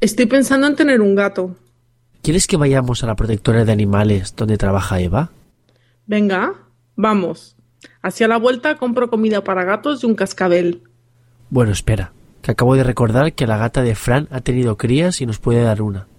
Estoy pensando en tener un gato. ¿Quieres que vayamos a la protectora de animales donde trabaja Eva? Venga, vamos. Hacia la vuelta compro comida para gatos y un cascabel. Bueno, espera, que acabo de recordar que la gata de Fran ha tenido crías y nos puede dar una.